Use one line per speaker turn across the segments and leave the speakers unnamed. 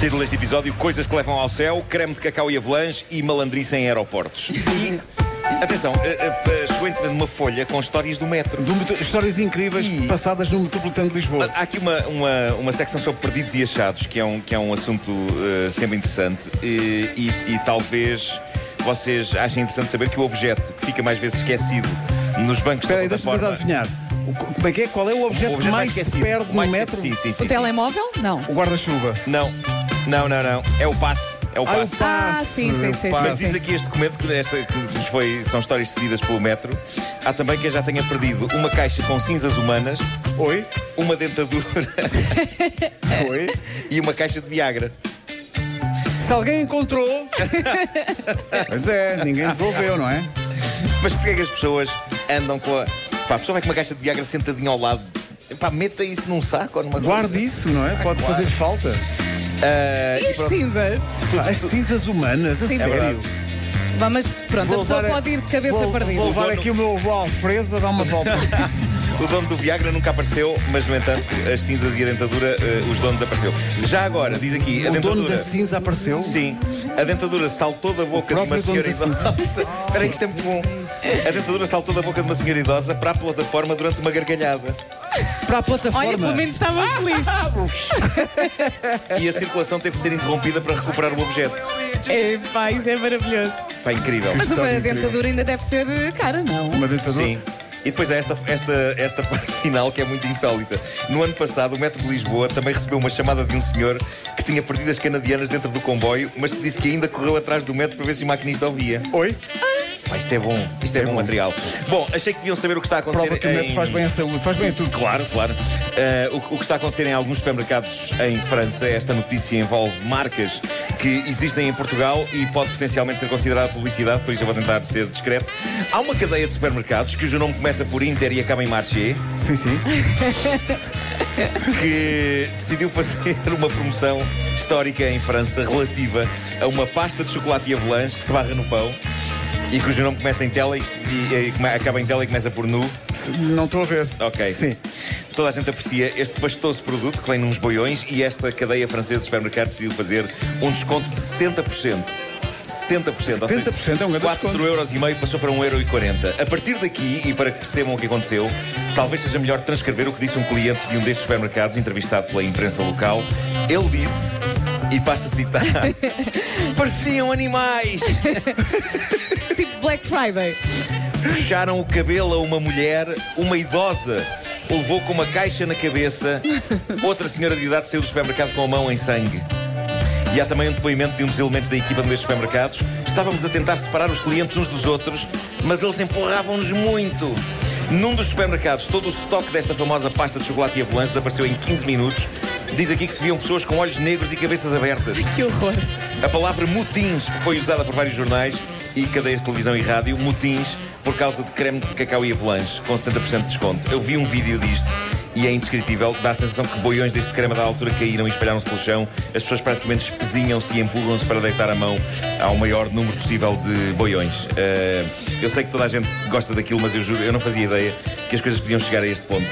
Título deste episódio: Coisas que levam ao céu, creme de cacau e avalanche e malandrice em aeroportos. E. Atenção, eh, eh, chegou entrando uma folha com histórias do metro.
Do metu- histórias incríveis
E-
passadas no metropolitano de Lisboa.
Há aqui uma, uma, uma secção sobre perdidos e achados, que é um, que é um assunto eh, sempre interessante e, e- e talvez vocês achem interessante saber que o objeto que fica mais vezes esquecido nos bancos
Espera aí,
da
deixa-me tentar
plataforma...
adivinhar. O co- Como é que é? Qual é o objeto,
o
que
objeto
mais se
esquecido,
perde no
mais
metro?
esquecido, Sim, sim,
O
sim.
telemóvel? Não.
O guarda-chuva.
Não, não, não, não. É o passe. É o
Ah,
passe.
Ah, sim, sim, sim,
Mas
sim,
diz aqui este documento que, esta, que nos foi, são histórias cedidas pelo metro. Há também quem já tenha perdido uma caixa com cinzas humanas,
Oi?
uma dentadura
Oi?
e uma caixa de Viagra.
Se alguém encontrou. pois é, ninguém devolveu, não é?
Mas porquê é que as pessoas andam com a. Pá, a pessoa vai com uma caixa de Viagra sentadinha ao lado. Pá, meta isso num saco ou numa
Guarde
coisa.
isso, não é? Pode
claro.
fazer falta. É,
Ah,
E as cinzas?
As cinzas humanas, a
É
Sim, sim.
sério.
Vá, Mas pronto,
Vou
a pessoa
levar a-
pode ir de cabeça
vou,
perdida.
Vou levar aqui o meu avô Alfredo a dar uma volta.
O dono do Viagra nunca apareceu, mas no entanto, as cinzas e a dentadura, eh, os donos apareceu. Já agora, diz aqui, a
o
dentadura.
dono da cinza apareceu?
Sim, a dentadura saltou da boca de
próprio
uma
dono
senhora
da cinza.
idosa. Espera aí que isto é muito bom. A dentadura saltou da boca de uma senhora idosa para a plataforma durante uma gargalhada.
Para a plataforma.
Olha, pelo menos estava feliz.
E a circulação teve de ser interrompida para recuperar o objeto.
Epá, isso é maravilhoso.
Está incrível.
Mas uma
História incrível.
dentadura ainda deve ser eh, cara, não?
Uma dentadura.
Sim. E depois há esta, esta, esta parte final que é muito insólita. No ano passado, o Metro de Lisboa também recebeu uma chamada de um senhor que tinha perdido as canadianas dentro do comboio, mas que disse que ainda correu atrás do metro para ver se o maquinista ouvia.
Oi?
Pá, isto é bom, isto é, bom, material. Bom, achei que deviam saber o que está a acontecer.
Prova que o metro
é em-
faz bem à saúde, faz bem a tudo.
É Claro, claro. Eh, o, o que está a acontecer em alguns supermercados em França, esta notícia envolve marcas que existem em Portugal e pode potencialmente ser considerada publicidade, por isso eu vou tentar ser discreto. Há uma cadeia de supermercados cujo nome começa por Inter e acaba em Marché,
Sim, sim.
que decidiu fazer uma promoção histórica em França relativa a uma pasta de chocolate e avalanche que se barra no pão e cujo nome começa em tela e, e- e come- acaba em tela e começa por nu.
Não estou a ver.
Ok.
Sim.
Toda a gente aprecia este pastoso produto que vem nos boiões e esta cadeia francesa de supermercados decidiu fazer um desconto de 70%. 70%, ou seja,
70% é um grande
4
desconto.
euros e meio passou para 1,40€. A partir daqui, e para que percebam o que aconteceu, talvez seja melhor transcrever o que disse um cliente de um destes supermercados, entrevistado pela imprensa local. Ele disse, e passo a citar, pareciam animais.
Tipo Black Friday.
Puxaram o cabelo a uma mulher, uma idosa, o levou com uma caixa na cabeça. Outra senhora de idade saiu do supermercado com a mão em sangue. E há também um depoimento de um dos elementos da equipa de um destes supermercados. Estávamos a tentar separar os clientes uns dos outros, mas eles empurravam-nos muito. Num dos supermercados, todo o estoque desta famosa pasta de chocolate e avalanche desapareceu em 15 minutos. Diz aqui que se viam pessoas com olhos negros e cabeças abertas.
Que horror.
A palavra motins foi usada por vários jornais e cadeias de televisão e rádio, motins, por causa de creme de cacau e avalanche, com 70% de desconto. Eu vi um vídeo disto e é indescritível, dá a sensação que boiões deste creme da altura caíram e espalharam-se pelo chão, as pessoas praticamente espezinham-se e empurram-se para deitar a mão ao maior número possível de boiões. Eh, eu sei que toda a gente gosta daquilo, mas eu juro, eu não fazia ideia que as coisas podiam chegar a este ponto.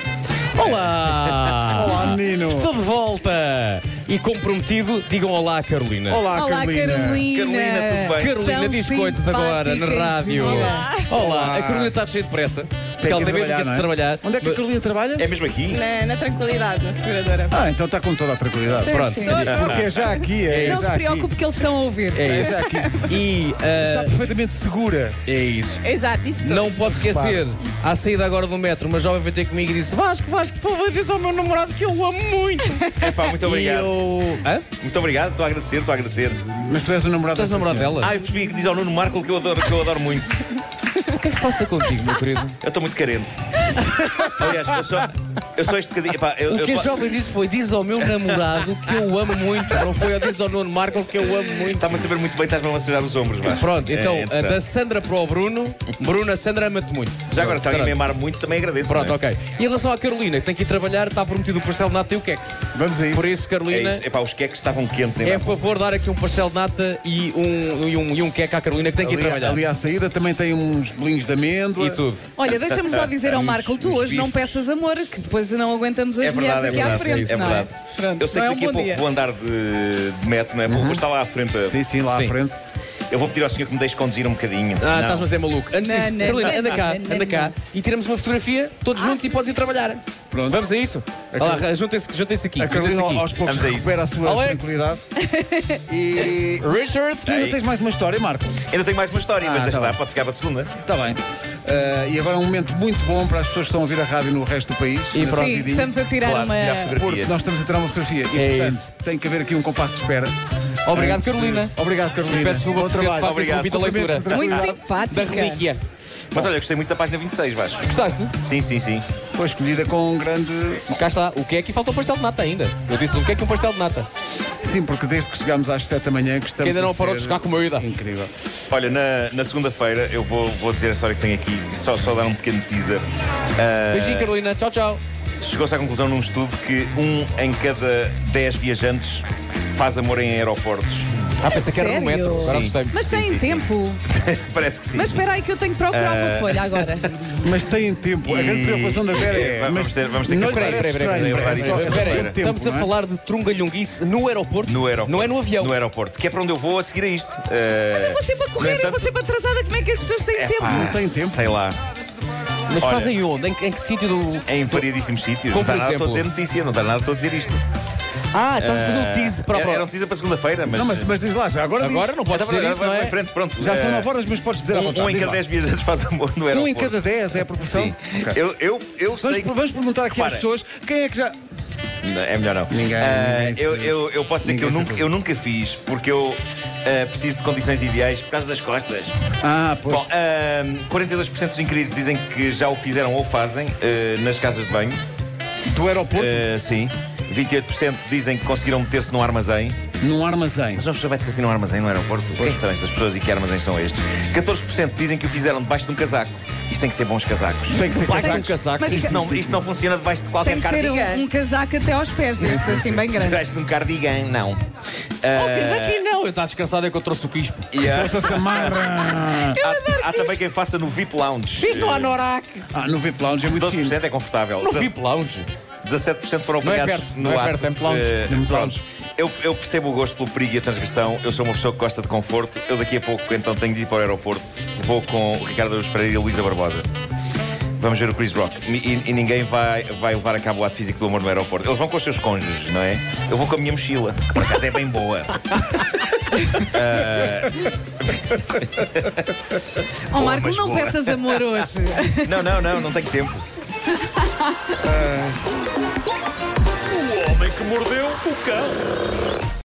Olá!
Olá, menino.
Estou de volta! E como prometido, digam olá à Carolina.
Olá,
Olá, Carolina.
Carolina, tudo bem?
Carolina
Tão
diz coisas
simpática
agora na
e
rádio.
gira.
Olá. A Carolina está cheia de pressa. Porque
Tem
ela
que
tem mesmo que
trabalhar,
ir
não é?
trabalhar.
Onde é que a Carolina trabalha?
É mesmo aqui?
Na, na tranquilidade, na seguradora.
Ah, então está com toda a tranquilidade.
Sim,
Pronto.
sim.
Porque é já aqui, é,
Não
já
se preocupe que eles estão a ouvir.
É
aqui. É
isso.
já aqui.
E
Está Então,
ah,
perfeitamente segura.
é isso.
Exato, isso tudo.
Não posso esquecer, à saída agora do metro, uma jovem veio ter comigo e disse: Vasco, Vasco, por favor, diz ao meu namorado que eu o amo muito.
Epá, muito
e
obrigado.
eu. Hã?
Muito obrigado, estou a agradecer, estou a agradecer.
Mas tu és o namorado
Tu és
dessa
namorado
senhora.
dela?
Ah, eu percebi que diz ao Nuno Marco que eu adoro, que eu adoro muito.
O que é que se passa contigo, meu querido?
Eu estou muito carente. Aliás, eu só, eu só este bocadinho. Epá, eu,
O que a
eu,
jovem disse foi: diz ao meu namorado que eu o amo muito. Não foi ao diz ao Nuno Marco que eu o amo muito.
Está-me a saber muito bem, estás-me a massajar os ombros, Vasco.
Pronto,
Tá É,
então,
é
a
interessante.
da Sandra para o Bruno. Bruno, a Sandra ama-te muito.
Já agora, se alguém me
Pronto,
amar muito, também agradeço.
Pronto,
não é?
ok. E em relação à Carolina, que tem que ir trabalhar, está prometido o pastel de nata e o queque.
Vamos a isso.
Por isso,
É
Carolina,
isso. Epá, os queques estavam quentes
é
ainda.
a favor dar aqui um pastel de nata e um, e um, e um queque à Carolina, que tem que ir
ali,
trabalhar.
ali é à saída também tem uns bolinhos de amêndoa.
E tudo.
Olha, deixa-me só dizer ao Marco, tu
uns
hoje não
bifes.
peças amor, que depois Mas não aguentamos as
É
mulheres
verdade,
aqui
é
à
verdade.
frente,
é
não
verdade.
é? Pronto,
eu sei
não
que
é um
daqui a
bom
pouco
dia.
vou andar de, de metro, não é? Vou, vou estar lá à frente. a-
Sim, sim, lá à frente.
Eu vou pedir ao senhor que me deixe conduzir um bocadinho.
Ah,
Não.
estás-me a dizer maluco. Antes
Não,
disso,
não,
Carolina,
não,
anda cá,
não,
anda cá
não. Ah,
e tiramos uma fotografia todos juntos e podes ir trabalhar.
Pronto.
Vamos a isso? Olha lá, juntem-se juntem-se aqui.
A Carolina
juntem-se
aos
aqui.
poucos
Vamos a isso.
recupera a sua
Alex.
tranquilidade. E.
Richard,
Tu ainda tens mais uma história, Marco?
Ainda tenho mais uma história,
Ah,
mas deixa
tá
lá,
bem.
pode ficar para a segunda.
Tá
Está bem. Ah, e agora é um momento muito bom para as pessoas que estão a ouvir a rádio no resto do país.
E
nesse
pronto.
Sim,
ouvidinho,
estamos a tirar
Claro, melhor
uma.
fotografia.
Porque nós estamos a tirar uma fotografia. E,
É
portanto,
isso.
tem que haver aqui um compasso de espera.
Obrigado,
Antes de-
Carolina.
Obrigado, Carolina.
E peço desculpa
Bom
por ter
trabalho.
de facto
Obrigado.
interrompido a leitura
Muito
Obrigado.
da
simpática.
relíquia.
Mas olha, gostei muito da página 26, Vasco.
Gostaste?
Sim, sim, sim.
Foi escolhida com um grande.
Cá está. O que é que falta um pastel de nata ainda? Eu disse o que é que um pastel de nata.
Sim, porque desde que chegámos às 7 da manhã que estamos.
Que ainda
a
não parou
ser-
de chegar comida.
Incrível.
Olha, na, na segunda-feira eu vou, vou dizer a história que tenho aqui, só, só dar um pequeno teaser. Ah,
Beijinho, Carolina. Tchau, tchau.
Chegou-se à conclusão num estudo que um em cada 10 viajantes faz amor em aeroportos.
Ah, pensei que era no
Sério?
metro. Agora
Sim.
assustei-me.
Mas têm
Sim, sim, sim.
tempo.
Parece que sim.
Mas espera aí que eu tenho que procurar uma
Eh,
folha agora.
Mas têm tempo. A grande preocupação da Vera é.
Vamos
mas
ter- vamos ter que
não lhe
esperar.
parece
Espera aí,
estranho,
espera
Vera?
aí, espera aí,
Só- só tem
espera aí. Espera aí.
tempo,
Estamos a
não é?
falar de trungalhunguice no aeroporto.
No aeroporto.
Não é no avião.
No aeroporto, que é para onde eu vou a seguir a isto.
Mas eu vou sempre a correr, eu vou sempre atrasada. Como é que as pessoas têm tempo?
Não tem tempo.
Eh, Sei lá.
Mas
Olha.
fazem onde? Em, que- em que sítio do.
Em variedíssimos sítios.
Como
não está
por
nada estou a
exemplo?
dizer notícia, não está nada estou a dizer isto.
Ah, estás a fazer o tease para a
Era, era
prova.
um teaser para segunda-feira, mas.
Não, mas, mas diz lá, já agora. diz.
Agora não podes
Então,
dizer
agora
isso,
vai-
não
vai
é?
em frente, pronto.
Já são
Eh,
9 horas, mas podes dizer à
Um,
vontade.
um em
Diz
cada
lá.
10 viajantes faz amor no aeroporto.
Um em cada 10 é a proporção.
Sim.
Ok.
Eu, eu, eu sei.
Vamos,
que-
vamos perguntar aqui às
Repara,
pessoas quem é que já.
Não, É melhor não.
Ninguém-
Ah,
ninguém se-
eu, eu, eu posso dizer que eu
ninguém se
nunca, eu nunca fiz, porque eu ah, preciso de condições ideais por causa das costas.
Ah, pois.
Bom, ah, 42% dos inquiridos dizem que já o fizeram ou fazem ah, nas casas de banho.
do aeroporto,
Ah, sim. 28% dizem que conseguiram meter-se num armazém.
num armazém.
Mas uma pessoa vai dizer assim num armazém no aeroporto? Quem são estas pessoas e que armazéns são estes? 14% dizem que o fizeram debaixo de um casaco. Isto tem que ser bons casacos.
Tem que ser
Vai com
casacos.
um casaco.
Mas-
Isto
sim,
não, isto não funciona debaixo de
Tem
qualquer
que ser
cardigan.
um, um casaco até aos pés, destes assim bem grande.
Debaixo de um cardigan, não.
Oh, querido, aqui não. Eu estava descansado, é que eu trouxe o quispo.
E há,
Esta samarra.
há- há também quem faça no VIP Lounge.
Tipo
Fiz no Anorak.
Ah, no VIP Lounge é muito fino.
12% é confortável.
No VIP Lounge.
17% foram
Não é
apanhados
perto,
no
não é
ato.
perto, é muito longe.
Eh,
É muito
pronto.
longe.
Eu, eu percebo o gosto pelo perigo e a transgressão. Eu sou uma pessoa que gosta de conforto. Eu daqui a pouco, então, tenho de ir para o aeroporto. Vou com o Ricardo Aruz Pereira e a Luísa Barbosa. Vamos ver o Chris Rock. E, e- e ninguém vai, vai levar a cabo o ato físico do amor no aeroporto. Eles vão com os seus cônjuges, não é? Eu vou com a minha mochila, que por acaso é bem boa.
Oh, Marco,
mas
não
boa.
peças amor hoje.
Não, não, não, não tenho tempo.
O homem que mordeu o cão.